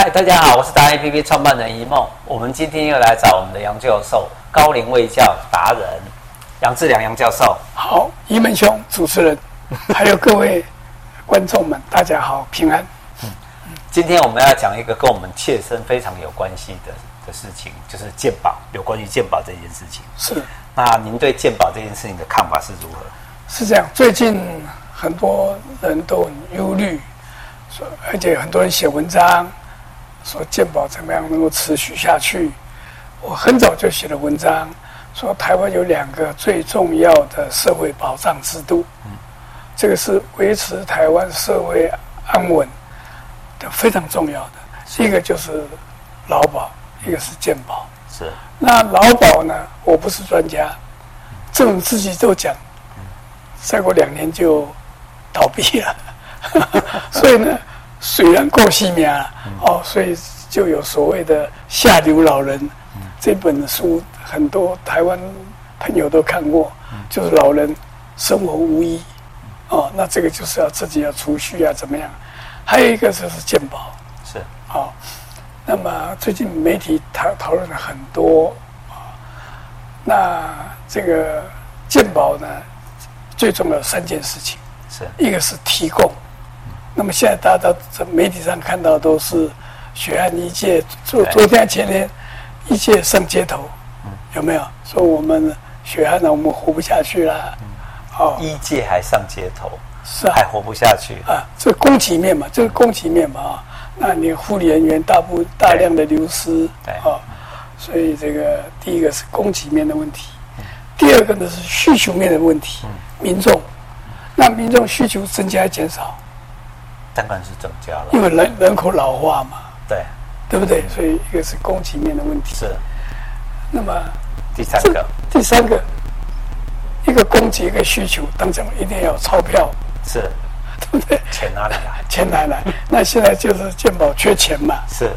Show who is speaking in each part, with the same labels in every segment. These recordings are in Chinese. Speaker 1: 嗨，大家好，我是达人 APP 创办人一梦。我们今天又来找我们的杨教授，高龄卫教达人杨志良杨教授。
Speaker 2: 好，一门兄主持人，还有各位观众们，大家好，平安。
Speaker 1: 今天我们要讲一个跟我们切身非常有关系的的事情，就是健保，有关于健保这件事情。
Speaker 2: 是
Speaker 1: 那您对健保这件事情的看法是如何？
Speaker 2: 是这样，最近很多人都很忧虑，说而且很多人写文章，说健保怎么样能够持续下去。我很早就写了文章，说台湾有两个最重要的社会保障制度，这个是维持台湾社会安稳的非常重要的，一个就是劳保，一个是健保。
Speaker 1: 是
Speaker 2: 那劳保呢？我不是专家，政府自己都讲，再过两年就倒闭了。 所以呢，虽然够惜命啊，哦，所以就有所谓的《下流老人》这本书，很多台湾朋友都看过，就是老人生活无依，哦，那这个就是要自己要储蓄啊，怎么样？还有一个就是健保，
Speaker 1: 是
Speaker 2: 好，那么最近媒体讨讨论了很多啊，那这个健保呢，最重要的三件事情，
Speaker 1: 是
Speaker 2: 一个是提供，那么现在大家在媒体上看到都是血汗一届，昨
Speaker 1: 对
Speaker 2: 昨天前天一届上街头，有没有？说我们血汗了，我们活不下去啦，哦，
Speaker 1: 医界还上街头，
Speaker 2: 是啊
Speaker 1: 还。活不下去。
Speaker 2: 啊，这供给面嘛，这是供给面嘛啊。那你护理人员大部大量的流失
Speaker 1: 对
Speaker 2: 啊，所以这个第一个是供给面的问题，第二个呢是需求面的问
Speaker 1: 嗯
Speaker 2: 题，民众，那民众需求增加减少，
Speaker 1: 当然是增加了。
Speaker 2: 因为人人口老化嘛，
Speaker 1: 对，
Speaker 2: 对不对？所以一个是供给面的问题，
Speaker 1: 嗯是
Speaker 2: 那么
Speaker 1: 第三
Speaker 2: 这
Speaker 1: 个
Speaker 2: 第三个，一个供给一个需求，当然一定要有钞票，
Speaker 1: 是
Speaker 2: 对不对？
Speaker 1: 钱哪里来？
Speaker 2: 钱来 了，那现在就是健保缺钱嘛，
Speaker 1: 是。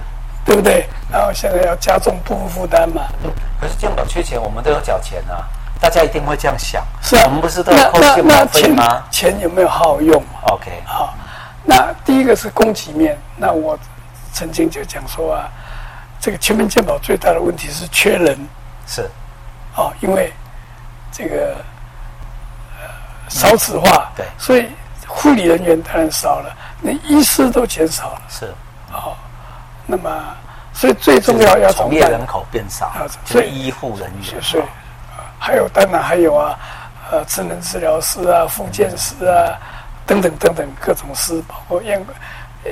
Speaker 2: 对不对？然后现在要加重部分负担嘛，
Speaker 1: 可是健保缺钱，我们都有缴钱啊，大家一定会这样想。
Speaker 2: 是啊，
Speaker 1: 我们不是都有扣健保费吗
Speaker 2: 那钱钱有没有好好用嘛？
Speaker 1: ？OK，
Speaker 2: 啊，那第一个是供给面，那我曾经就讲说啊，这个全民健保最大的问题是缺人
Speaker 1: 是
Speaker 2: 啊，因为这个、呃少子化，
Speaker 1: 对
Speaker 2: 所以护理人员当然少了，连医师都减少了，
Speaker 1: 是，
Speaker 2: 那么所以最重要要怎
Speaker 1: 从
Speaker 2: 么
Speaker 1: 业
Speaker 2: 办？
Speaker 1: 人口变少
Speaker 2: 啊，
Speaker 1: 就
Speaker 2: 所
Speaker 1: 是
Speaker 2: 以
Speaker 1: 医护人员
Speaker 2: 是，啊还有当然还有啊，呃，智能治疗师啊、复健师啊，等等等等各种师，包括验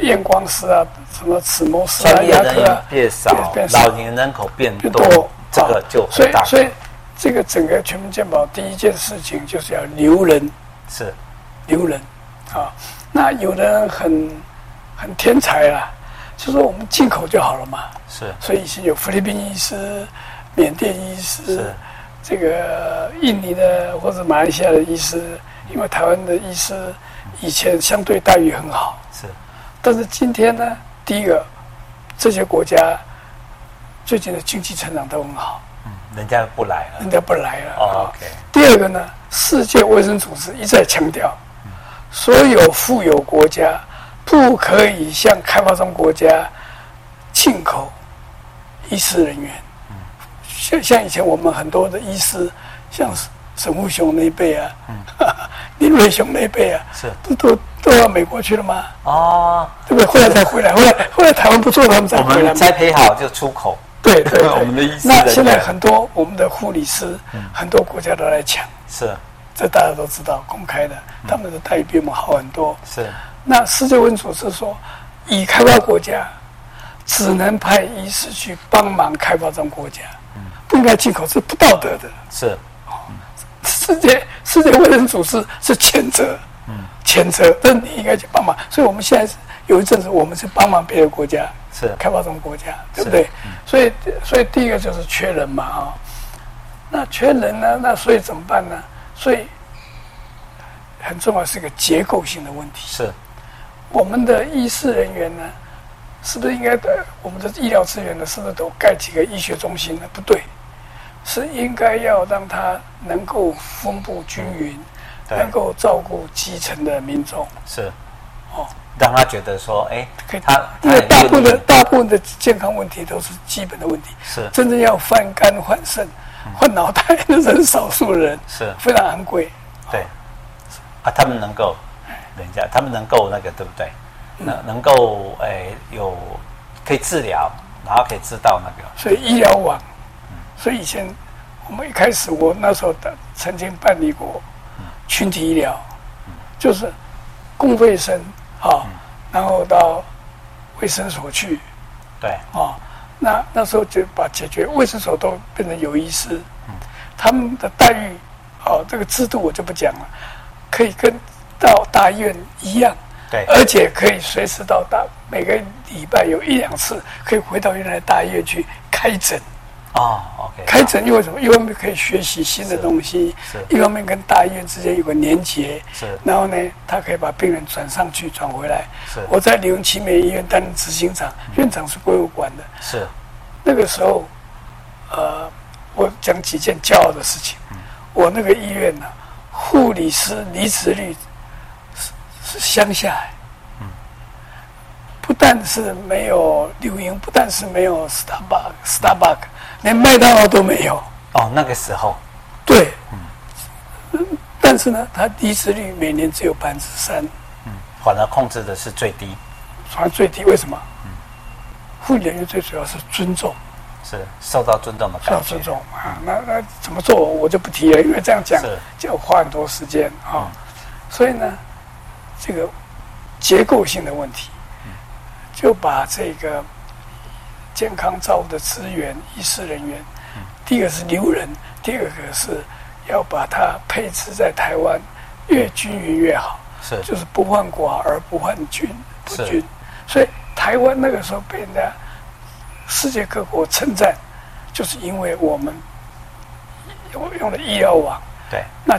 Speaker 2: 验光师啊、什么齿模师啊、
Speaker 1: 从业
Speaker 2: 牙
Speaker 1: 人
Speaker 2: 科啊
Speaker 1: 员，变少，
Speaker 2: 变
Speaker 1: 老年人口变
Speaker 2: 变
Speaker 1: 多
Speaker 2: 多，，
Speaker 1: 这个
Speaker 2: 啊
Speaker 1: 就
Speaker 2: 所
Speaker 1: 很
Speaker 2: 以
Speaker 1: 大。
Speaker 2: 所以这个整个全民健保第一件事情就是要留人
Speaker 1: 是
Speaker 2: 留人啊，那有的人很很天才啊，就说我们进口就好了嘛，
Speaker 1: 是
Speaker 2: 所以以前有菲律宾医师、缅甸医师
Speaker 1: 是，
Speaker 2: 这个印尼的或者马来西亚的医师，因为台湾的医师以前相对待遇很好，
Speaker 1: 是
Speaker 2: 但是今天呢，第一个，这些国家最近的经济成长都很好，
Speaker 1: 嗯，人家不来了。
Speaker 2: 人家不来了。啊
Speaker 1: 哦 OK，
Speaker 2: 第二个呢，世界卫生组织一再强调，所有富有国家不可以向开发中国家进口医师人员。像像以前我们很多的医师，像沈富雄那一辈啊， 林瑞雄那一辈啊，
Speaker 1: 嗯是
Speaker 2: 都都都到美国去了吗？
Speaker 1: 哦，
Speaker 2: 对不对？后来才回来，后来后来台湾不做，他们才
Speaker 1: 我
Speaker 2: 回来
Speaker 1: 们
Speaker 2: 嘛。
Speaker 1: 栽培好就出口，
Speaker 2: 对对对，
Speaker 1: 我们的医师人
Speaker 2: 那
Speaker 1: 员
Speaker 2: 现在很多我们的护理师，
Speaker 1: 嗯
Speaker 2: 很多国家都来抢。
Speaker 1: 是
Speaker 2: 这大家都知道，公开的，他们的待遇比我们好很多。
Speaker 1: 是
Speaker 2: 那世界卫生组织说，已开发国家只能派医师去帮忙开发中国家，不应该进口，是不道德的。
Speaker 1: 是
Speaker 2: 世界世界卫生组织是谴责，谴责，但你应该去帮忙。所以我们现在是有一阵子，我们是帮忙别的国家，
Speaker 1: 是
Speaker 2: 开发中国家，对不对？所以所以第一个就是缺人嘛啊、那缺人呢，那所以怎么办呢？所以很重要是一个结构性的问题。
Speaker 1: 是
Speaker 2: 我们的医师人员呢，是不是应该的？我们的医疗资源呢，是不是都盖几个医学中心呢？不对，是应该要让它能够分布均匀，
Speaker 1: 对
Speaker 2: 能够照顾基层的民众。
Speaker 1: 是
Speaker 2: 哦，
Speaker 1: 让他觉得说，哎、
Speaker 2: 可以
Speaker 1: 他
Speaker 2: 因
Speaker 1: 他很
Speaker 2: 为大部分
Speaker 1: 愿
Speaker 2: 的
Speaker 1: 意
Speaker 2: 大部分的健康问题都是基本的问题，
Speaker 1: 是
Speaker 2: 真正要换肝、换肾、换脑袋的人，少数人
Speaker 1: 是
Speaker 2: 非常昂贵。
Speaker 1: 对啊，他们能够人家他们能够那个对不对？
Speaker 2: 嗯
Speaker 1: 能能够哎、有可以治疗，然后可以知道那个
Speaker 2: 所以医疗网，所以以前我们一开始，我那时候的曾经办理过群体医疗，就是公卫生啊，然后到卫生所去
Speaker 1: 对
Speaker 2: 啊。那那时候就把解决卫生所都变成有医师，他们的待遇哦，这个制度我就不讲了，可以跟到大医院一样，
Speaker 1: 对
Speaker 2: 而且可以随时到大，每个礼拜有一两次可以回到原来的大医院去开诊。
Speaker 1: 哦，OK，
Speaker 2: 开诊又为什么？一方面可以学习新的东西
Speaker 1: 是，
Speaker 2: 一方面跟大医院之间有个连结，
Speaker 1: 是
Speaker 2: 然后呢，他可以把病人转上去，转回来。
Speaker 1: 是
Speaker 2: 我在李文奇美医院担任执行长，院长是归我管的。
Speaker 1: 是
Speaker 2: 那个时候，呃，我讲几件骄傲的事情。
Speaker 1: 嗯
Speaker 2: 我那个医院呢、护理师离职率是是乡下、欸，
Speaker 1: 嗯
Speaker 2: 不但是没有柳营，不但是没有 Starbucks、Starbucks，连麦当劳都没有。
Speaker 1: 哦，那个时候
Speaker 2: 对，嗯但是呢，它离职率每年只有百分之三，
Speaker 1: 反而控制的是最低，
Speaker 2: 反而最低。为什么？护理人员最主要是尊重。
Speaker 1: 是受到尊重的
Speaker 2: 要
Speaker 1: 感觉
Speaker 2: 尊，重啊。那那怎么做我就不提了，因为这样讲
Speaker 1: 是
Speaker 2: 就花很多时间啊。所以呢，这个结构性的问题，就把这个健康照顾的资源、医师人员，第一个是留人，第二个是要把它配置在台湾越均匀越好。
Speaker 1: 是
Speaker 2: 就是不患寡而不患君，不
Speaker 1: 是
Speaker 2: 均。所以台湾那个时候被人家世界各国称赞，就是因为我们用用了医疗网，
Speaker 1: 对
Speaker 2: 那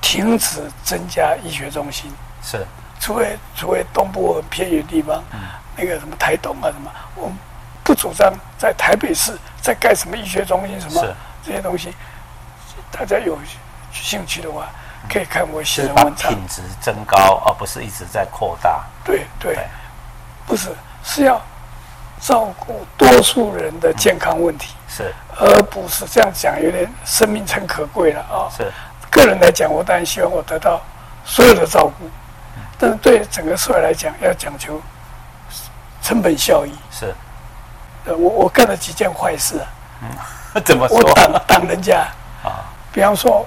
Speaker 2: 停止增加医学中心，
Speaker 1: 是
Speaker 2: 除非除非东部很偏远地方，
Speaker 1: 嗯
Speaker 2: 那个什么台东啊什么，我们不主张在台北市再盖什么医学中心什么
Speaker 1: 是
Speaker 2: 这些东西，大家有兴趣的话，可以看我
Speaker 1: 就
Speaker 2: 写
Speaker 1: 是
Speaker 2: 的
Speaker 1: 嗯把
Speaker 2: 文章。
Speaker 1: 品质增高，而不是一直在扩大，
Speaker 2: 对对
Speaker 1: 对，
Speaker 2: 不是是要照顾多数人的健康问题，
Speaker 1: 是
Speaker 2: 而不是这样讲，有点生命诚可贵了啊、
Speaker 1: 是
Speaker 2: 个人来讲，我当然希望我得到所有的照顾，但是对整个社会来讲，要讲求成本效益。
Speaker 1: 是，
Speaker 2: 呃，我我干了几件坏事、啊，
Speaker 1: 怎 么
Speaker 2: 我
Speaker 1: 说
Speaker 2: 挡挡人家。
Speaker 1: 啊？
Speaker 2: 比方说，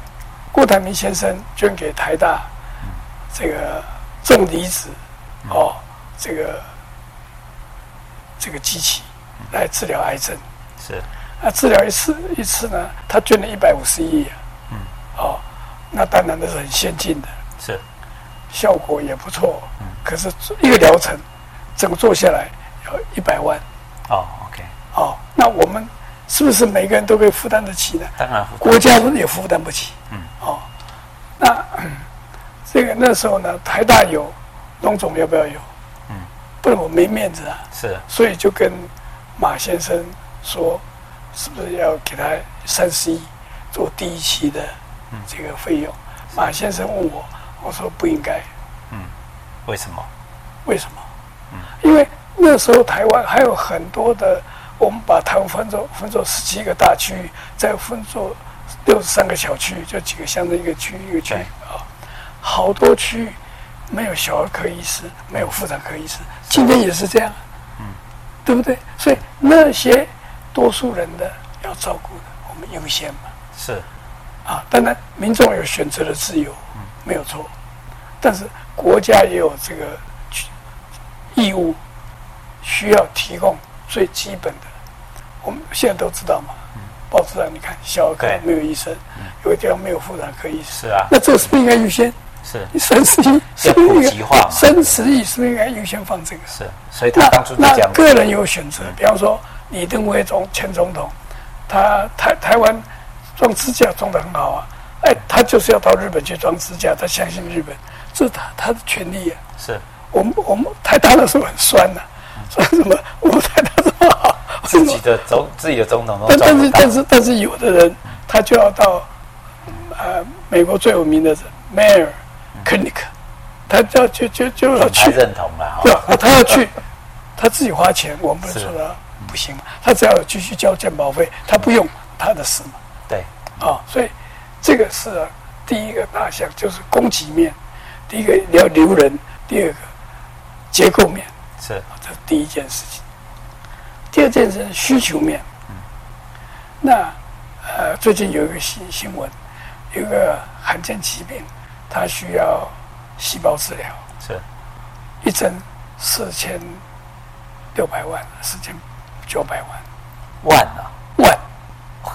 Speaker 2: 郭台铭先生捐给台大这个正离子哦，这个这个机器来治疗癌症。
Speaker 1: 是
Speaker 2: 那治疗一次一次呢，他捐了一百五十亿啊，哦，那当然那是很先进的，
Speaker 1: 是
Speaker 2: 效果也不错。可是一个疗程整个做下来要一百万
Speaker 1: 哦，OK，
Speaker 2: 哦，那我们是不是每个人都可以负担得起呢？
Speaker 1: 当然负
Speaker 2: 国家也负担不起。嗯，哦，那 嗯这个那时候呢，台大有，龙总要不要有？嗯，不然我没面子啊，
Speaker 1: 是
Speaker 2: 所以就跟马先生说，是不是要给他三十亿做第一期的这个费用？马先生问我，我说不应该，
Speaker 1: 为什么？
Speaker 2: 为什么？因为那时候台湾还有很多的，我们把台湾分作分作十七个大区，再分作六十三个小区，就几个乡镇一个区一个区
Speaker 1: 对
Speaker 2: 啊，好多区没有小儿科医师，没有妇产科医师，今天也是这样，啊对不对？所以那些多数人的要照顾的，我们优先嘛。
Speaker 1: 是
Speaker 2: 啊，当然民众有选择的自由，没有错，但是国家也有这个去义务，需要提供最基本的。我们现在都知道嘛，报纸上你看，小儿科
Speaker 1: 嗯对
Speaker 2: 没有医生，有的地方没有妇产科医
Speaker 1: 是
Speaker 2: 生，
Speaker 1: 啊，
Speaker 2: 那这个是不是应该优先？
Speaker 1: 是
Speaker 2: 三十亿是不是
Speaker 1: 普
Speaker 2: 应该
Speaker 1: 及化嘛
Speaker 2: 三十亿是不是应该优先放这个？
Speaker 1: 是，所以他
Speaker 2: 那
Speaker 1: 当初就
Speaker 2: 那
Speaker 1: 这样子，
Speaker 2: 个人有选择，比方说李登辉总前总统，他台台湾装支架装得很好啊，哎，他就是要到日本去装支架，他相信日本，这是他他的权利啊。
Speaker 1: 是
Speaker 2: 我们我们台大的时候很酸呐、酸什么？我们台大这么好，
Speaker 1: 自己的总自己的总统都
Speaker 2: 但
Speaker 1: 做
Speaker 2: 但
Speaker 1: 不
Speaker 2: 是
Speaker 1: 到，
Speaker 2: 但是但是有的人他就要到呃美国最有名的是 Mayo Clinic，他要就就就要
Speaker 1: 品牌
Speaker 2: 去，
Speaker 1: 认同哦了哈、
Speaker 2: 不， 他要去，他自己花钱，我们不能
Speaker 1: 是
Speaker 2: 说他不行嘛。他只要有继续交健保费，他不用他的事嘛。
Speaker 1: 对，
Speaker 2: 啊，所以这个是、啊、第一个大项，就是供给面；第一个你要留人，第二个结构面，
Speaker 1: 是
Speaker 2: 这是第一件事情。第二件是需求面。那呃，最近有一个新新闻，有一个罕见疾病，它需要细胞治疗，
Speaker 1: 是
Speaker 2: 一针四千六百万，四千九百万
Speaker 1: 万啊，
Speaker 2: 万。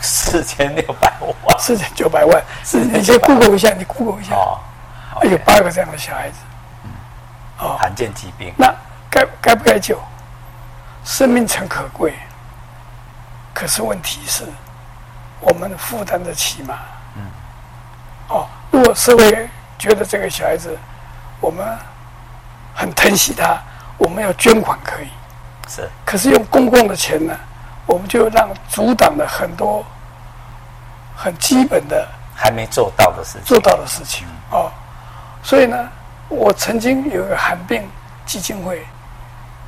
Speaker 1: 四千六百万
Speaker 2: 四千九百万，是你先 Google 一下，你 Google 一下，
Speaker 1: 哦，
Speaker 2: 啊有八个这样的小孩子，
Speaker 1: 罕见疾病
Speaker 2: 那该该不该救？生命诚可贵，可是问题是，我们负担得起吗？嗯。哦，如果社会觉得这个小孩子，我们很疼惜他，我们要捐款可以，
Speaker 1: 是
Speaker 2: 可是用公共的钱呢，我们就让阻挡了很多很基本的
Speaker 1: 还没做到的事情，
Speaker 2: 做到的事情哦。所以呢，我曾经有一个罕病基金会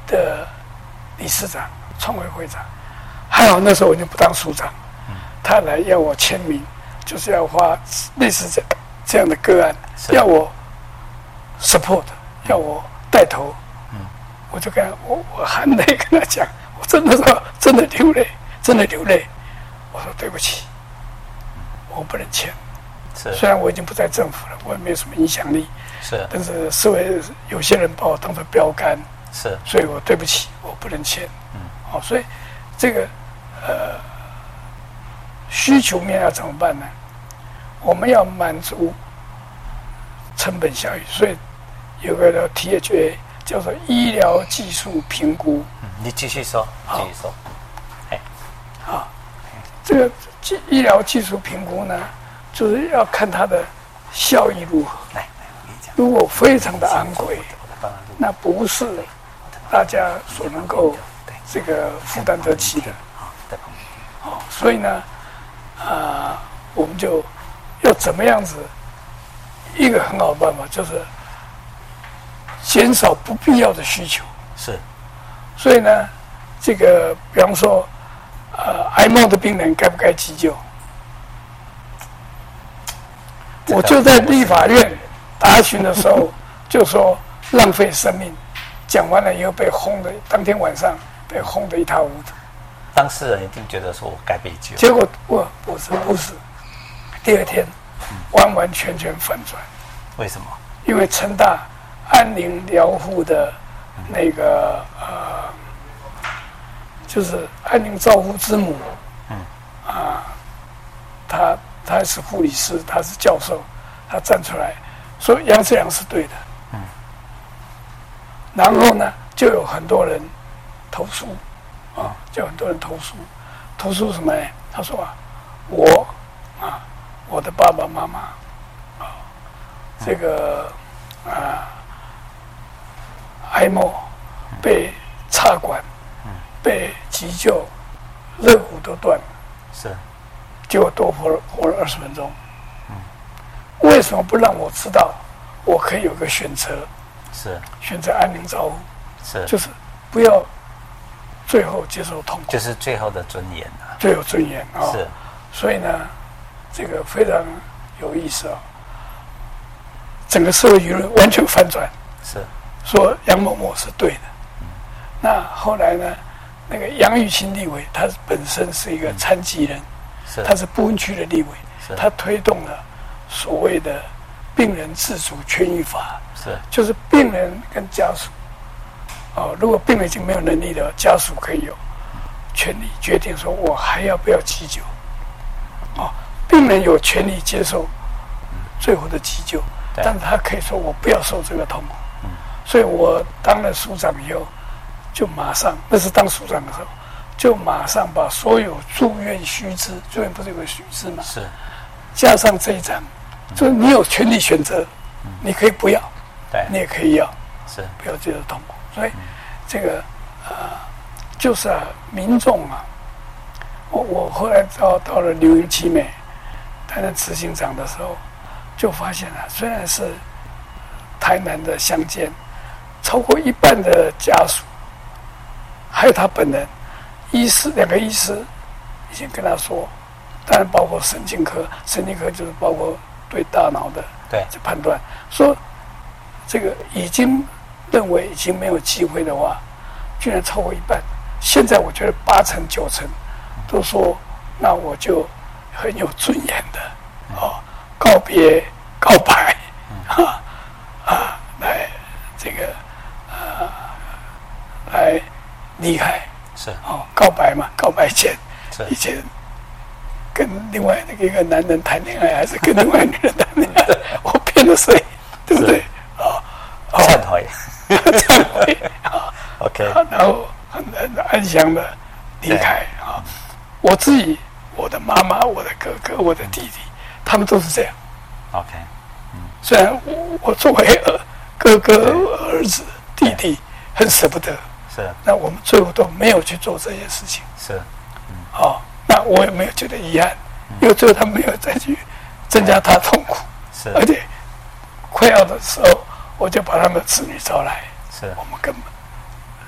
Speaker 2: 的理事长、创委会长，还好那时候我就不当署长，
Speaker 1: 嗯
Speaker 2: 他来要我签名，就是要花类似这这样的个案，
Speaker 1: 是嗯
Speaker 2: 要我 support，要我带头。我就跟他我我含泪跟他讲，我真的说真的流泪，真的流泪。我说对不起，我不能签。
Speaker 1: 是
Speaker 2: 虽然我已经不在政府了，我也没有什么影响力，
Speaker 1: 是
Speaker 2: 但是社会有些人把我当成标杆，
Speaker 1: 是
Speaker 2: 所以我对不起，我不能签。嗯，好、所以这个呃需求面要怎么办呢？我们要满足成本效益，所以有个叫 THA 叫做医疗技术评估。
Speaker 1: 嗯你继续说，继续说，
Speaker 2: 这个技医疗技术评估呢，就是要看它的效益如何。
Speaker 1: 来来，我跟你讲，
Speaker 2: 如果非常的昂贵，
Speaker 1: 我来帮他录，
Speaker 2: 那不是大家所能够
Speaker 1: 对
Speaker 2: 这个负担得起的。
Speaker 1: 好，在旁边听，
Speaker 2: 所以呢，啊、我们就要怎么样子？一个很好的办法就是减少不必要的需求。
Speaker 1: 是
Speaker 2: 所以呢，这个比方说，呃，癌冒的病人该不该急救？
Speaker 1: 个
Speaker 2: 我就在立法院答询的时候 就说浪费生命，讲完了以后被轰的，当天晚上被轰得一塌糊涂。
Speaker 1: 当事人一定觉得说我该被救，
Speaker 2: 结果我不是不是，第二天完完全全反转，
Speaker 1: 为什么？
Speaker 2: 因为成大安宁疗护的那个呃，就是安宁照护之母，嗯，啊，她她是护理师，她是教授，她站出来说杨志良是对的，嗯，然后呢，就有很多人投诉，啊，就很多人投诉，投诉什么呢？他说啊，我啊，我的爸爸妈妈。这个啊，癌末
Speaker 1: 嗯
Speaker 2: 被插管，被急救，肋骨都断了，
Speaker 1: 是
Speaker 2: 结果多活了活了二十分钟。
Speaker 1: 嗯
Speaker 2: 为什么不让我知道？我可以有个选择，
Speaker 1: 是，
Speaker 2: 选择安宁照护，就是是不要最后接受痛苦，
Speaker 1: 就是最后的尊严啊，
Speaker 2: 最有尊严啊、
Speaker 1: 是
Speaker 2: 所以呢，这个非常有意思啊、整个社会舆论完全反转。
Speaker 1: 是
Speaker 2: 说杨某某是对的。那后来呢，那个杨玉清立委，他本身是一个残疾人，
Speaker 1: 是
Speaker 2: 他是不分区的立委
Speaker 1: 是，
Speaker 2: 他推动了所谓的病人自主权益法，
Speaker 1: 是
Speaker 2: 就是病人跟家属，哦，如果病人已经没有能力了，家属可以有权利决定说我还要不要急救，哦，病人有权利接受最后的急救，
Speaker 1: 对
Speaker 2: 但是他可以说我不要受这个痛苦，所以我当了署长以后，就马上那是当署长的时候，就马上把所有住院须知，住院不是有个须知吗？
Speaker 1: 是
Speaker 2: 加上这一张，就是你有权利选择，你可以不要，
Speaker 1: 对
Speaker 2: 你也可以要，
Speaker 1: 是
Speaker 2: 不要觉得痛苦。所以这个呃，就是啊，民众啊，我我后来到到了刘云奇美担任执行长的时候，就发现啊，虽然是他台南的乡间，超过一半的家属，还有他本人，医师两个医师已经跟他说，当然包括神经科，神经科就是包括对大脑的
Speaker 1: 对
Speaker 2: 这判断，说这个已经认为已经没有机会的话，居然超过一半。现在我觉得八成九成都说，那我就很有尊严的哦，告别告白 啊啊，来这个啊来离开
Speaker 1: 是
Speaker 2: 哦，告白嘛，告白前
Speaker 1: 是
Speaker 2: 以前跟另外那个一个男人谈恋爱，还是跟另外女人谈恋爱，我骗了谁，对不对？
Speaker 1: 忏 悔
Speaker 2: 忏悔 哦
Speaker 1: ，OK，
Speaker 2: 然后很很安详的离开啊。我自己、我的妈妈、我的哥哥、我的弟弟，他们都是这样。
Speaker 1: OK，
Speaker 2: 虽然我我作为儿哥哥、儿子、弟弟，很舍不得，
Speaker 1: 是
Speaker 2: 那我们最后都没有去做这些事情。
Speaker 1: 是
Speaker 2: 哦，那我也没有觉得遗憾，因为最后他没有再去增加他痛苦，
Speaker 1: 是
Speaker 2: 而且快要的时候，我就把他们的子女招来，
Speaker 1: 是
Speaker 2: 我们跟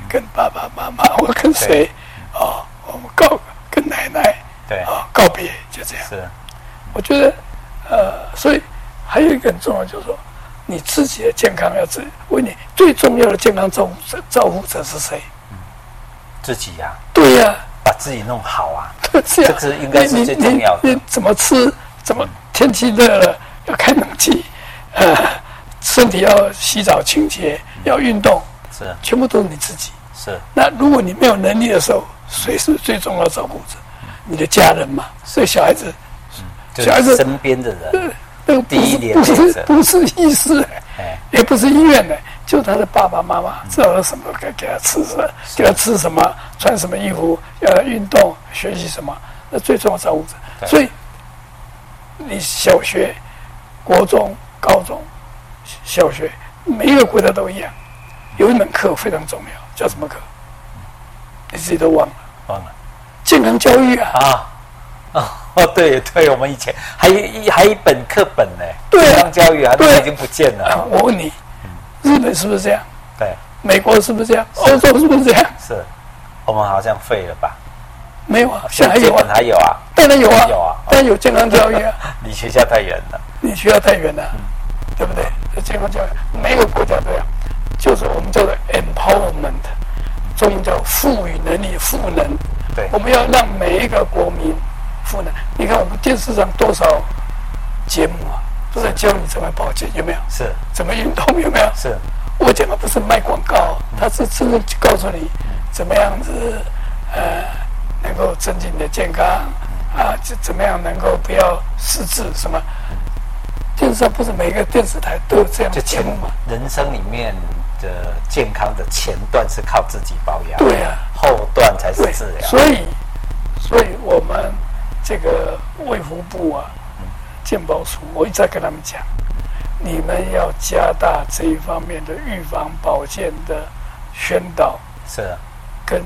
Speaker 2: 跟爸爸妈妈，我跟谁哦，我们告跟奶奶
Speaker 1: 对
Speaker 2: 哦告别，就这样。
Speaker 1: 是
Speaker 2: 我觉得呃，所以还有一个很重要，就是说你自己的健康要自为你最重要的健康照顾者照顾者是谁？
Speaker 1: 自己呀、
Speaker 2: 对呀、
Speaker 1: 把自己弄好啊，
Speaker 2: 对这样
Speaker 1: 这个应该是最重要的
Speaker 2: 你你你怎么吃？怎么天气热了要开冷气？呃，身体要洗澡清洁，要运动，
Speaker 1: 是
Speaker 2: 全部都是你自己。
Speaker 1: 是
Speaker 2: 那如果你没有能力的时候，谁是最重要的照顾者？你的家人嘛。所以小孩子，
Speaker 1: 就
Speaker 2: 小孩
Speaker 1: 是
Speaker 2: 子
Speaker 1: 身边的人，
Speaker 2: 那个不
Speaker 1: 第一
Speaker 2: 是
Speaker 1: 点
Speaker 2: 不
Speaker 1: 就是是
Speaker 2: 不是医师，
Speaker 1: 哎，
Speaker 2: 也不是医院的，就他的爸爸妈妈知道他什么该给他吃什么，给他吃什么，穿什么衣服，要他运动，学习什么，那最重要的照顾者。
Speaker 1: 对
Speaker 2: 所以，你小学、国中、高中、小学，每一个国家都一样，有一门课非常重要，叫什么课？你自己都忘了，
Speaker 1: 忘了
Speaker 2: 健康教育啊，
Speaker 1: 啊。哦，对对，我们以前还有一还有一本课本呢，
Speaker 2: 对啊
Speaker 1: 健康教育啊，
Speaker 2: 对啊
Speaker 1: 那已经不见了。
Speaker 2: 我问你，日本是不是这样？
Speaker 1: 对，
Speaker 2: 美国是不是这样？欧洲是不是这样？
Speaker 1: 是我们好像废了吧？
Speaker 2: 没有啊，现在还
Speaker 1: 这
Speaker 2: 有
Speaker 1: 本
Speaker 2: 啊，
Speaker 1: 还有啊，
Speaker 2: 当然有啊，
Speaker 1: 有啊
Speaker 2: 当然有健康教育啊，
Speaker 1: 离学校太远了。
Speaker 2: 你学校太远了，啊对不对？这健康教育每个国家都要，就是我们叫做 empowerment，中文叫赋予能力赋能，
Speaker 1: 对
Speaker 2: 我们要让每一个国民赋能。你看我们电视上多少节目啊，都在教你怎么保健，有没有？
Speaker 1: 是
Speaker 2: 怎么运动，有没有？
Speaker 1: 是
Speaker 2: 我讲的不是卖广告，他是真的告诉你怎么样子，呃，能够增进你的健康啊，怎怎么样能够不要失智什么。电视上不是每个电视台都有这样
Speaker 1: 就
Speaker 2: 的节
Speaker 1: 前
Speaker 2: 目吗？
Speaker 1: 人生里面的健康的前段是靠自己保养，
Speaker 2: 对啊
Speaker 1: 后段才是
Speaker 2: 对啊
Speaker 1: 治，疗。
Speaker 2: 所以，所以我们这个卫福部啊，健保署，我一直在跟他们讲，你们要加大这一方面的预防保健的宣导
Speaker 1: 是，啊
Speaker 2: 跟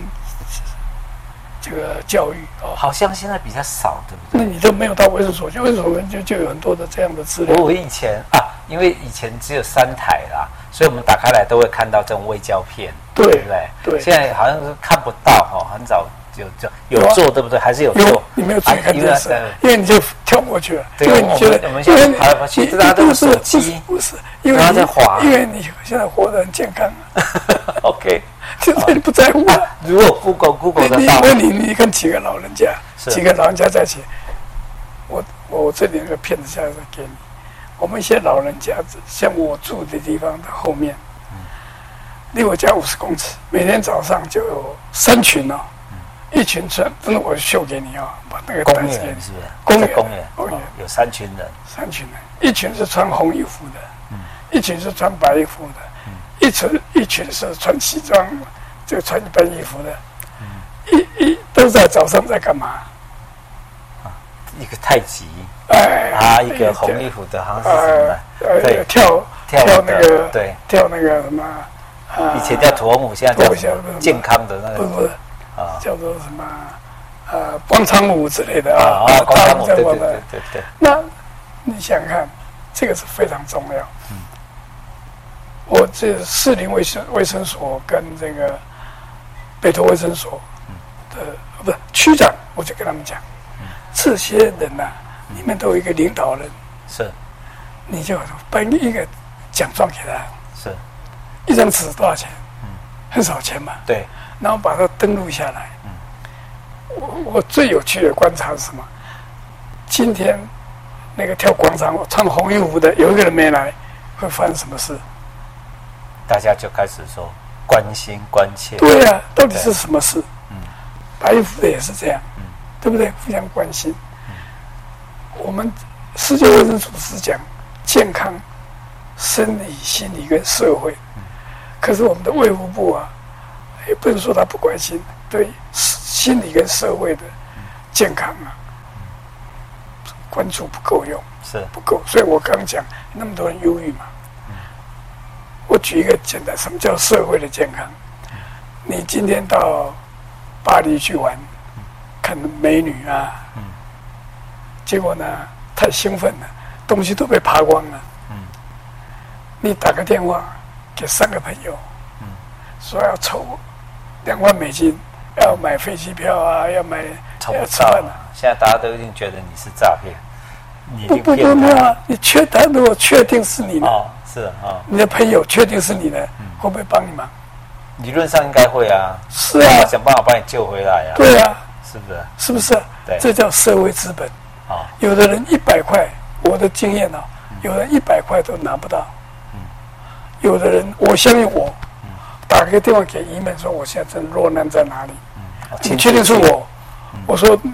Speaker 2: 这个教育啊、
Speaker 1: 好像现在比较少，对不对？
Speaker 2: 那你都没有到卫生所，就卫生所就就有很多的这样的资料。
Speaker 1: 我我以前啊，因为以前只有三台啦，所以我们打开来都会看到这种微胶片，
Speaker 2: 对
Speaker 1: 不对？
Speaker 2: 对
Speaker 1: 现在好像是看不到哈、很早有做有
Speaker 2: 有啊
Speaker 1: 做，对不对？还是有
Speaker 2: 有
Speaker 1: 做，
Speaker 2: 你没有注意看
Speaker 1: 啊因为
Speaker 2: 电视
Speaker 1: 呃，
Speaker 2: 因为你就跳过去了，
Speaker 1: 对
Speaker 2: 因为
Speaker 1: 我
Speaker 2: 你觉
Speaker 1: 我
Speaker 2: 得
Speaker 1: 们，
Speaker 2: 因
Speaker 1: 现在
Speaker 2: 为你
Speaker 1: 爬来爬去
Speaker 2: 你
Speaker 1: 大家都有手机
Speaker 2: 不是不是，因为
Speaker 1: 然后
Speaker 2: 你
Speaker 1: 在滑
Speaker 2: 因为你现在活得很 健康，
Speaker 1: 呃 OK。
Speaker 2: 就是你不在乎了。
Speaker 1: 如果 Google Google
Speaker 2: 你
Speaker 1: 得
Speaker 2: 你
Speaker 1: 到，
Speaker 2: 问你你看几个老人家，
Speaker 1: 是
Speaker 2: 几个老人家在一起，我我我这里那个片子下来给你，我们一些老人家像我住的地方的后面，离我家五十公尺，每天早上就有三群哦，一群穿，真的我秀给你哦，把那个
Speaker 1: 公
Speaker 2: 单子给
Speaker 1: 园嗯是
Speaker 2: 你，
Speaker 1: 不是？
Speaker 2: 公园
Speaker 1: 在公园，
Speaker 2: 公园
Speaker 1: 哦有三群人，
Speaker 2: 三群人，一群是穿红衣服的，一群是穿白衣服的，一群一群是穿西装，就穿一般衣服的，
Speaker 1: 嗯
Speaker 2: 一一都在早上在干嘛？
Speaker 1: 一个太极
Speaker 2: 哎，
Speaker 1: 啊，一个红衣服的，好像是什么
Speaker 2: 呃
Speaker 1: 呢？
Speaker 2: 呃
Speaker 1: 对，
Speaker 2: 跳
Speaker 1: 跳舞的
Speaker 2: 那个
Speaker 1: 对
Speaker 2: 跳那个什么啊，
Speaker 1: 以前叫土母，现在叫什
Speaker 2: 不
Speaker 1: 么
Speaker 2: 是
Speaker 1: 健康的那
Speaker 2: 不
Speaker 1: 个
Speaker 2: 是不是
Speaker 1: 啊
Speaker 2: 叫做什么呃广场舞之类的
Speaker 1: 啊
Speaker 2: 啊，
Speaker 1: 啊，广
Speaker 2: 大
Speaker 1: 场
Speaker 2: 陆
Speaker 1: 舞，
Speaker 2: 在
Speaker 1: 对对
Speaker 2: 玩的
Speaker 1: 对对对，
Speaker 2: 那你想看，这个是非常重要。我这士林卫生卫生所跟这个北投卫生所的呃不是区长，我就跟他们讲，这些人呐、你们都有一个领导人，
Speaker 1: 是
Speaker 2: 你就颁一个奖状给他，
Speaker 1: 是，
Speaker 2: 一张纸多少钱？很少钱嘛。
Speaker 1: 对，
Speaker 2: 然后把它登录下来。我我最有趣的观察是什么？今天那个跳广场舞穿红衣服的有一个人没来，会发生什么事？
Speaker 1: 大家就开始说关心关切，
Speaker 2: 对嗯呀、到底是什么事？白衣服的也是这样，对不对？互相关心。我们世界卫生组织讲健康、生理、心理跟社会，可是我们的卫福部啊，也不能说他不关心对心理跟社会的健康啊，关注不够用。
Speaker 1: 是
Speaker 2: 不够，所以我刚讲那么多人忧郁嘛。我举一个简单，什么叫社会的健康？你今天到巴黎去玩，看美女啊，结果呢太兴奋了，东西都被扒光了。你打个电话给三个朋友，说要凑两万美金，要买飞机票啊，要买
Speaker 1: 凑
Speaker 2: 要
Speaker 1: 不
Speaker 2: 吃
Speaker 1: 到
Speaker 2: 饭啊
Speaker 1: 啊！现在大家都已经觉得你是诈骗，你已
Speaker 2: 不
Speaker 1: 经
Speaker 2: 不不
Speaker 1: 骗
Speaker 2: 没有
Speaker 1: 他
Speaker 2: 啊！你确他如果确定是你呢？
Speaker 1: 哦，是啊哦，
Speaker 2: 你的朋友确定是你的，
Speaker 1: 嗯
Speaker 2: 会不会帮你忙？
Speaker 1: 理论上应该会啊，
Speaker 2: 是啊
Speaker 1: 想办法把你救回来啊，
Speaker 2: 对啊，
Speaker 1: 是不是？
Speaker 2: 是不是啊
Speaker 1: 对？
Speaker 2: 这叫社会资本。
Speaker 1: 哦，
Speaker 2: 有的人一百块，我的经验呢、哦
Speaker 1: 嗯
Speaker 2: 有人一百块都拿不到。有的人，我相信我，
Speaker 1: 嗯
Speaker 2: 打个电话给姨们说，我现在正落难在哪里？
Speaker 1: 哦
Speaker 2: 你
Speaker 1: 亲
Speaker 2: 确定是我？我说，嗯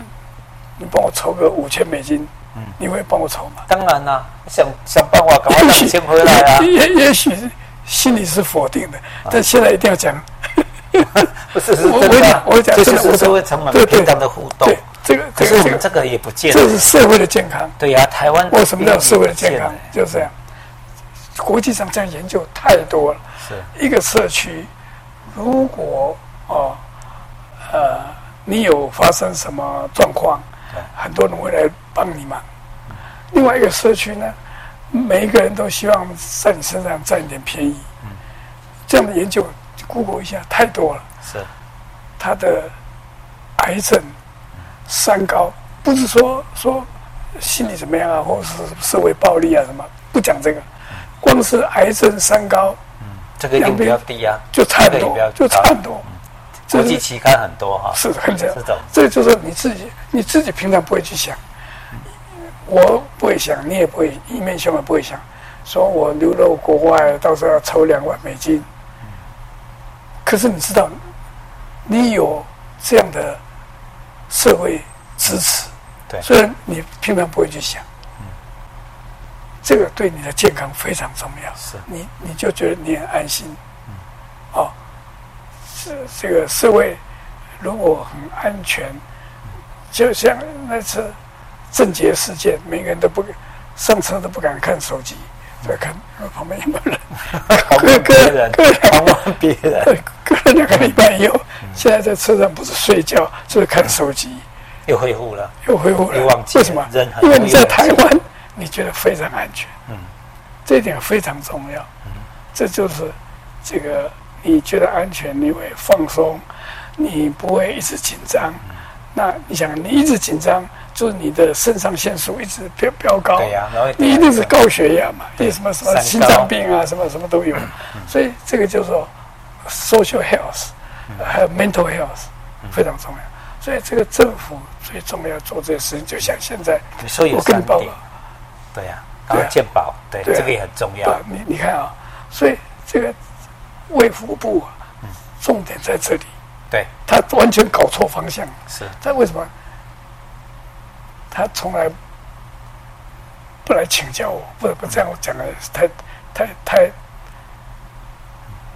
Speaker 2: 你帮我筹个五千美金，
Speaker 1: 嗯
Speaker 2: 你会帮我筹吗？
Speaker 1: 当然啦、想想办法 赶快
Speaker 2: 也
Speaker 1: 让
Speaker 2: 许
Speaker 1: 你先回来啊，
Speaker 2: 也也也许心里是否定的，但现在一定要讲。
Speaker 1: 不是是
Speaker 2: 我
Speaker 1: 真的啊，
Speaker 2: 我讲
Speaker 1: 这就
Speaker 2: 真的
Speaker 1: 是
Speaker 2: 我
Speaker 1: 社会成本
Speaker 2: 对对
Speaker 1: 平常的互动
Speaker 2: 对。，这个
Speaker 1: 可
Speaker 2: 这
Speaker 1: 是我
Speaker 2: 个这
Speaker 1: 们这
Speaker 2: 个，
Speaker 1: 个也不见
Speaker 2: 这
Speaker 1: 得
Speaker 2: 是，社会的健康。
Speaker 1: 对呀、台湾
Speaker 2: 为什么叫社会的
Speaker 1: 也
Speaker 2: 健
Speaker 1: 不
Speaker 2: 康
Speaker 1: 见？得
Speaker 2: 就是这样，啊国际上这样研究太多了。
Speaker 1: 是
Speaker 2: 一个社区，如果哦，呃，你有发生什么状况
Speaker 1: 对，
Speaker 2: 很多人会来帮你忙。另外一个社区呢，每一个人都希望在你身上占一点便宜。
Speaker 1: 嗯
Speaker 2: 这样的研究，Google 一下太多了。
Speaker 1: 是
Speaker 2: 他的癌症、三高，不是说说心理怎么样啊，或者是社会暴力啊什么，不讲这个，光是癌症、三高
Speaker 1: 这个一定比较低啊，
Speaker 2: 就差很
Speaker 1: 这个也
Speaker 2: 多
Speaker 1: 比较，
Speaker 2: 就差很多。
Speaker 1: 嗯国
Speaker 2: 这
Speaker 1: 际
Speaker 2: 是
Speaker 1: 期刊很多哈、
Speaker 2: 是很这样
Speaker 1: 这种，
Speaker 2: 这就是你自己你自己平常不会去想，我不会想，你也不会，一面兄也不会想，说我流落国外，到时候要筹两万美金。可是你知道，你有这样的社会支持，
Speaker 1: 对
Speaker 2: 虽然你平常不会去想，这个对你的健康非常重要，
Speaker 1: 是
Speaker 2: 你你就觉得你很安心，哦，这这个社会如果很安全，就像那次郑捷事件，每个人都不敢上车都不敢看手机，在看旁边有没有 人，
Speaker 1: 旁问别人
Speaker 2: 各各，
Speaker 1: 旁问别人，
Speaker 2: 隔了两个礼拜以后，现在在车上不是睡觉就是看手机，
Speaker 1: 又恢复了，
Speaker 2: 又恢复
Speaker 1: 又
Speaker 2: 了
Speaker 1: 忘。记了
Speaker 2: 为什么
Speaker 1: 人？很
Speaker 2: 因为你在
Speaker 1: 容易忘
Speaker 2: 台
Speaker 1: 记
Speaker 2: 湾，你觉得非常安全，嗯，这一点非常重要。
Speaker 1: 嗯
Speaker 2: 这就是这个你觉得安全，你会放松，你不会一直紧张。
Speaker 1: 嗯
Speaker 2: 那你想，你一直紧张，就是你的肾上腺素一直飙飙高，
Speaker 1: 对呀然后
Speaker 2: 哦你一定是高血压嘛，你什么什么
Speaker 1: 三
Speaker 2: 心
Speaker 1: 高
Speaker 2: 脏病啊，什么什么都有。
Speaker 1: 嗯
Speaker 2: 所以这个叫做 social health，
Speaker 1: 嗯
Speaker 2: 还有 mental health 非常重要。所以这个政府最重要做这些事情，就像现在
Speaker 1: 你说有
Speaker 2: 我跟你
Speaker 1: 三
Speaker 2: 报
Speaker 1: 点
Speaker 2: 告，，
Speaker 1: 对呀、然后
Speaker 2: 对啊
Speaker 1: 健保，对，
Speaker 2: 对啊
Speaker 1: 这个也很重要
Speaker 2: 啊，，你你看啊，所以这个卫福部啊，重点在这里，
Speaker 1: 嗯对，
Speaker 2: 他完全搞错方向。
Speaker 1: 是
Speaker 2: 他为什么？他从来不来请教我，不不这样我讲的太太太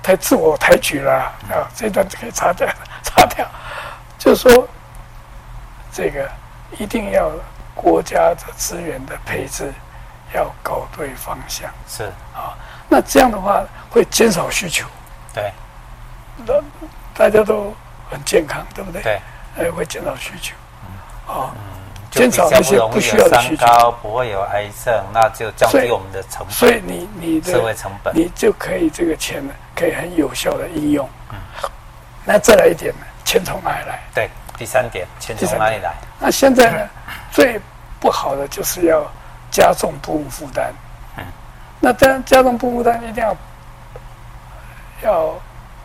Speaker 2: 太自我抬举了啊！啊这段可以擦掉，擦掉。就是说，这个一定要国家的资源的配置要搞对方向。
Speaker 1: 是，
Speaker 2: 那这样的话会减少需求，
Speaker 1: 对
Speaker 2: 那大家都很健康，对不对？
Speaker 1: 对，
Speaker 2: 哎，会减少需求。哦，
Speaker 1: 就比较不容
Speaker 2: 减少一些不
Speaker 1: 易
Speaker 2: 需
Speaker 1: 有
Speaker 2: 要的
Speaker 1: 三
Speaker 2: 需求
Speaker 1: 高，不会有癌症，那就降
Speaker 2: 所
Speaker 1: 低
Speaker 2: 以
Speaker 1: 我们的成
Speaker 2: 所以
Speaker 1: 本，
Speaker 2: 你你的
Speaker 1: 社会成本。
Speaker 2: 你就可以这个钱呢，可以很有效的应用。那再来一点呢，钱从哪里来？
Speaker 1: 对，第三点，钱从哪里来？
Speaker 2: 那现在呢，最不好的就是要加重部分负担。
Speaker 1: 嗯
Speaker 2: 那当然加重部分负担一定要要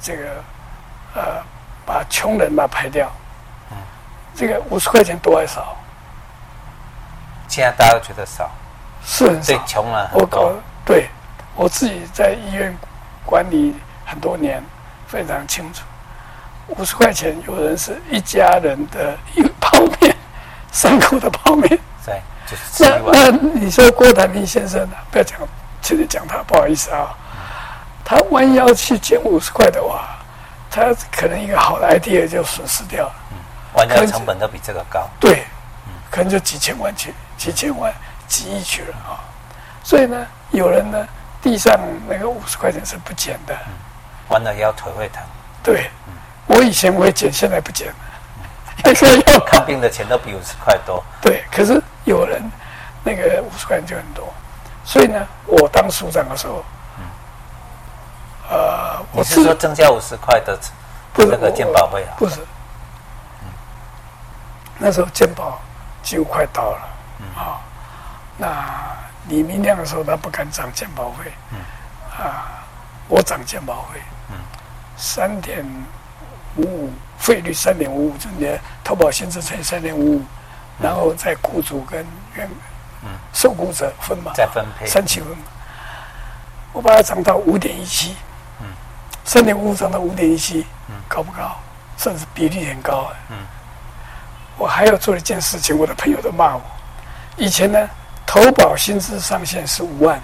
Speaker 2: 这个呃，把穷人把它排掉。
Speaker 1: 嗯
Speaker 2: 这个五十块钱多还少？
Speaker 1: 现在大家都觉得少，
Speaker 2: 是很
Speaker 1: 所以
Speaker 2: 少。
Speaker 1: 穷人
Speaker 2: 我
Speaker 1: 很
Speaker 2: 搞
Speaker 1: 多。
Speaker 2: 对，我自己在医院管理很多年，非常清楚。五十块钱，有人是一家人的一个泡面， 三口的泡面。
Speaker 1: 对，就是吃
Speaker 2: 那
Speaker 1: 一碗。
Speaker 2: 那嗯你说郭台铭先生呢、啊不要讲，其实讲他不好意思啊，他弯腰去捡五十块的话，他可能一个好的 idea 就损失掉了。
Speaker 1: 玩家
Speaker 2: 可能
Speaker 1: 成本都比这个高。
Speaker 2: 对，可能就几千万去，几千万、几亿去了啊。所以呢，有人呢，地上那个五十块钱是不捡的。
Speaker 1: 弯了腰腿会疼，
Speaker 2: 对，我以前会捡，现在不捡了， 哎因为要
Speaker 1: 看病的钱都比五十块多。
Speaker 2: 对，可是有人那个五十块钱就很多，所以呢，我当署长的时候，呃，
Speaker 1: 嗯你
Speaker 2: 我
Speaker 1: 是
Speaker 2: 自
Speaker 1: 说增加五十块的
Speaker 2: 不是
Speaker 1: 那个
Speaker 2: 我
Speaker 1: 健保嗯费啊？
Speaker 2: 不是，那时候健保几乎快到了啊、
Speaker 1: 嗯
Speaker 2: 那李明亮的时候，他不敢涨健保费，啊、我涨健保费，三点五五费率三点五五，就是你的投保薪资乘以三点五五，然后再雇主跟员受雇者分嘛，
Speaker 1: 再分配
Speaker 2: 三七分嘛，我把它涨到五点一七，
Speaker 1: 嗯
Speaker 2: 三点五涨到五点一七，高不高？甚至比例很高、嗯，我还要做一件事情，我的朋友都骂我。以前呢，投保薪资上限是五万，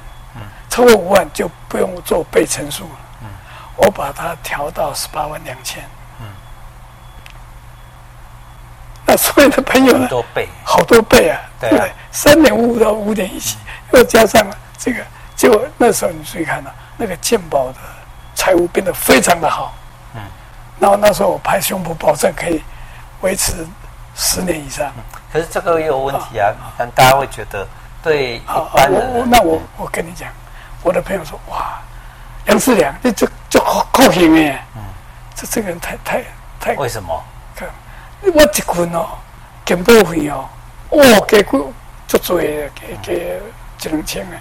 Speaker 2: 超过五万就不用做被陈述了。我把它调到十八万两千。
Speaker 1: 嗯
Speaker 2: 那所有的朋友
Speaker 1: 很
Speaker 2: 呢，
Speaker 1: 多倍，
Speaker 2: 好多倍啊，
Speaker 1: 对啊
Speaker 2: 对不对？三点五五到五点一七，又加上这个，结果那时候你注意看呐、那个健保的财务变得非常的好。嗯。然后那时候我拍胸脯保证可以维持十年以上。
Speaker 1: 可是这个也有问题啊！你看，大家会觉得对一
Speaker 2: 啊啊！
Speaker 1: 般的
Speaker 2: 我我
Speaker 1: 人，
Speaker 2: 那我我跟你讲，我的朋友说哇，杨志良，你这这好高兴哎，
Speaker 1: 嗯
Speaker 2: 这这个人太太太
Speaker 1: 为什么？
Speaker 2: 看我一群哦，健保费哦，哦，给过足多的，给给一两千的。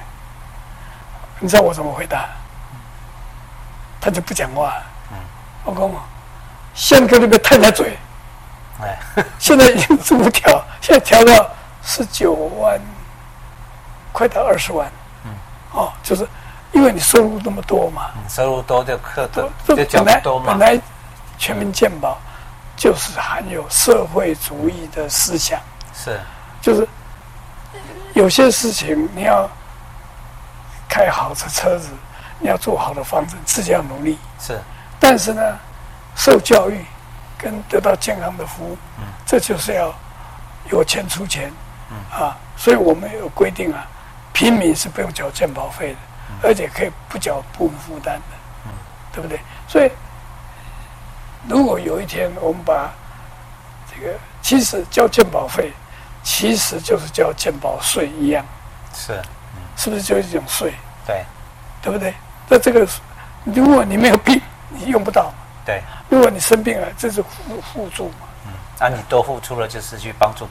Speaker 2: 你知道我怎么回答？他就不讲话。我讲哦，宪哥那边太太嘴，
Speaker 1: 哎，
Speaker 2: 现在已经这么调，现在调到十九万，快到二十万。哦，就是因为你收入那么多嘛，
Speaker 1: 嗯收入多就克的
Speaker 2: 这
Speaker 1: 就缴
Speaker 2: 本
Speaker 1: 得
Speaker 2: 来
Speaker 1: 多嘛
Speaker 2: 本。来全民健保就是含有社会主义的思想，
Speaker 1: 是
Speaker 2: 就是有些事情你要开好的车子，你要住好的房子，自己要努力。
Speaker 1: 是，
Speaker 2: 但是呢，受教育跟得到健康的服务，这就是要有钱出钱、啊。所以我们有规定啊，平民是不用缴健保费的，而且可以不缴部分负担的，对不对？所以如果有一天我们把这个，其实交健保费，其实就是交健保税一样，
Speaker 1: 是，
Speaker 2: 是不是就是一种税？
Speaker 1: 对
Speaker 2: 对不对？那这个，如果你没有病，你用不到嘛。
Speaker 1: 对。
Speaker 2: 如果你生病了，这是互互助嘛，
Speaker 1: 那啊你多付出了，就是去帮助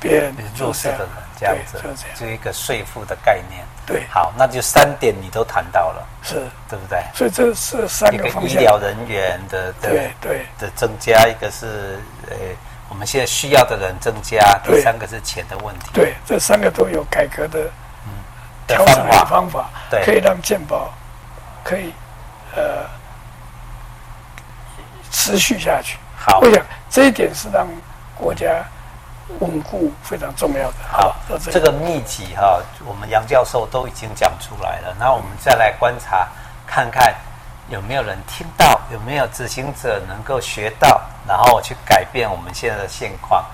Speaker 2: 别人啊
Speaker 1: 弱势的人，这样子
Speaker 2: 对，就是这样，
Speaker 1: 就一个税负的概念。
Speaker 2: 对，
Speaker 1: 好，那就三点你都谈到了，
Speaker 2: 是，
Speaker 1: 对不对？
Speaker 2: 所以这是三
Speaker 1: 一
Speaker 2: 个
Speaker 1: 个
Speaker 2: 方
Speaker 1: 医
Speaker 2: 向，
Speaker 1: 疗人员的的
Speaker 2: 对对
Speaker 1: 的增加，一个是呃我们现在需要的人增加，
Speaker 2: 对
Speaker 1: 第三个是钱的问题。
Speaker 2: 对，这三个都有改革的
Speaker 1: 的
Speaker 2: 调
Speaker 1: 方
Speaker 2: 整
Speaker 1: 法
Speaker 2: 的方法
Speaker 1: 对，
Speaker 2: 可以让健保可以呃持续下去。
Speaker 1: 好
Speaker 2: 我想这一点是让国家稳固非常重要的。
Speaker 1: 好
Speaker 2: 到，这
Speaker 1: 这
Speaker 2: 里
Speaker 1: 个秘籍哈、我们杨教授都已经讲出来了，那我们再来观察看看有没有人听到，有没有执行者能够学到，然后去改变我们现在的现况。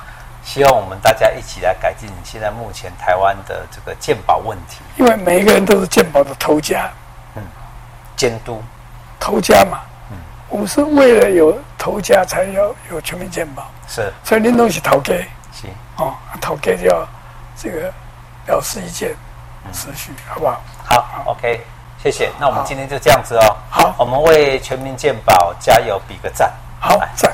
Speaker 1: 希望我们大家一起来改进现在目前台湾的这个鉴宝问题，
Speaker 2: 因为每一个人都是健保的头家，
Speaker 1: 监督
Speaker 2: 头家嘛，我们是为了有头家才要有全民健保，
Speaker 1: 是
Speaker 2: 所以恁拢是头家，
Speaker 1: 是，
Speaker 2: 哦，头家就要这个表示意见，持续，好不好？
Speaker 1: 好，OK，谢谢。那我们今天就这样子哦。
Speaker 2: 好
Speaker 1: 我们为全民健保加油，比个赞。
Speaker 2: 好
Speaker 1: 来，
Speaker 2: 赞。